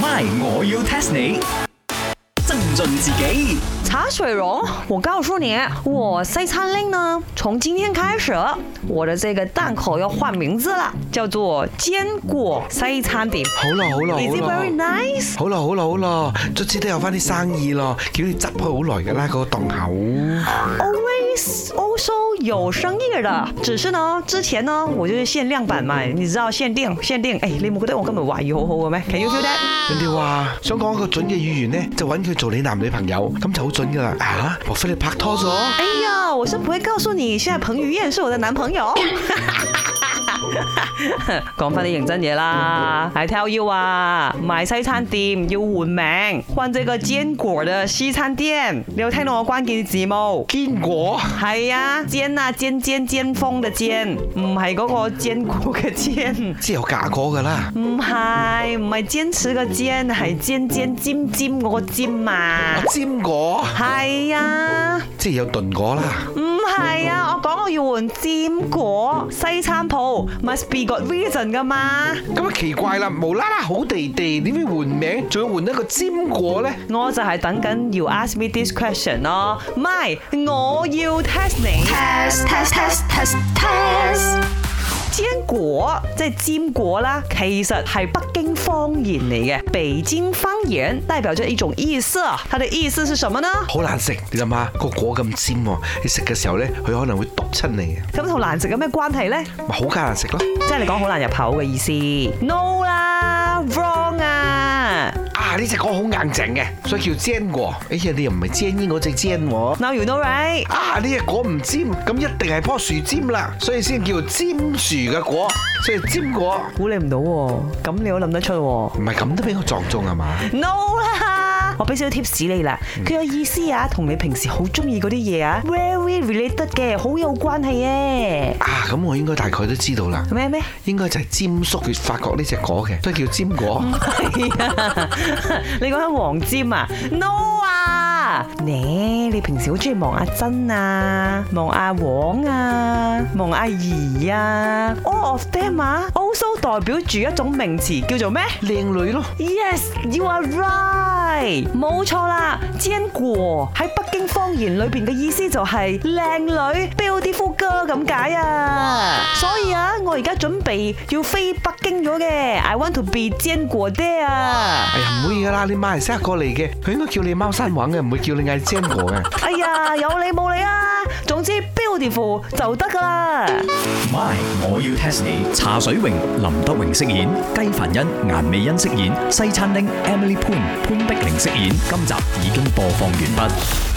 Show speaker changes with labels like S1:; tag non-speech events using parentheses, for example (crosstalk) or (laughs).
S1: My，我要 test 你。增进自己
S2: 茶水荣，我告诉你，我西餐令呢，从今天开始，我的这个档口要换名字了，叫做坚果西餐店。
S3: 好啦好啊啦
S2: Is it
S3: 好
S2: 嗯 very
S3: 啦，
S2: nice？
S3: 好啦好啦好啦，卒之都有翻啲生意咯，叫你執開好耐㗎啦嗰個檔口。
S2: Always also 有生意的，只是呢，之前呢，我就是限量版嘛，你知道限定限定，哎，你冇覺得我今日懷疑好好嘅咩？Can you feel that？
S3: 人哋話想講一個準嘅語言呢，就揾佢做你男女朋友，咁就好準㗎啦。啊，莫非你拍拖咗？
S2: 哎呀，我是不會告訴你，現在彭于晏是我的男朋友。 (laughs) 講翻啲認真嘢啦，I tell you 啊，賣西餐店要換名，換這個堅果的西餐店。你有聽到我關鍵字冇？
S3: 堅果
S2: 係啊，尖啊尖尖尖峰嘅尖，唔係嗰個堅果嘅尖，
S3: 之後嫁過㗎啦。
S2: 唔係唔係堅持嘅堅，係尖尖尖尖嗰個尖嘛
S3: 啊。尖果
S2: 係啊，
S3: 即係有燉果啦。
S2: 唔係
S4: 嗯
S2: 啊，我講我要換尖果西餐鋪，must be got reason 噶嘛。
S3: 咁啊奇怪啦，無啦啦好地地點解換名，仲要換一個尖果呢？
S2: 我就係等緊要 ask me this question 咯。唔係，我要 test 你。
S4: test test test test test
S2: 煎果即係煎果啦，其實係北京方言嚟嘅。北京方言代表着一種意思，啊它的意思是什麼呢？
S3: 好難食，你諗下個果咁尖喎，你食嘅時候呢，佢可能會毒親你嘅，
S2: 咁同難食有咩關係呢？
S3: 咪好艱難食咯。
S2: 即係你講好難入口嘅意思。No 啦，wrong 啊
S3: 啊！呢只果好硬淨嘅，所以叫煎果。哎呀，你又唔係煎煙嗰只煎喎。
S2: ，now you know right。
S3: 啊！呢只果唔尖，咁一定係棵樹尖啦，所以先叫尖樹嘅果，所以尖果
S2: 估你唔到喎，咁你都諗得出喎。
S3: 唔係咁都俾我撞中啊係嘛？
S2: No 啦，我俾少少 tips 你啦，佢嘅意思啊，同你平時好中意嗰啲嘢啊，very related 嘅，好有關係嘅。
S3: 啊！咁我應該大概都知道啦，
S2: 咩 (laughs) 咩？
S3: 應該就係尖叔佢發覺呢只果嘅，所以叫尖果。
S2: 係啊，你講緊黃尖啊？No 啊！你你平時好中意望阿珍啊，望阿黃啊，望阿怡啊，all of them 啊，also 代表住一種名詞叫做咩
S3: 靚女咯，
S2: ？Yes，you are right，冇錯啦。堅果喺北京方言裏邊嘅意思就係靚女 beautiful girl 咁解啊。所以啊，我而家準備要飛北京咗嘅，I want to be 堅果爹啊！
S3: 哎呀唔會噶啦，你馬來西亞過嚟嘅，佢應該叫你貓山王嘅，唔會叫你嗌尖果嘅。
S2: 哎呀，有你冇你啊！總之 beautiful 就得噶啦。
S1: ，My，我要 test 你。茶水榮、林德榮飾演，雞凡欣、顏美欣飾演，西餐廳 Emily Poon 潘碧玲飾演。今集已經播放完畢。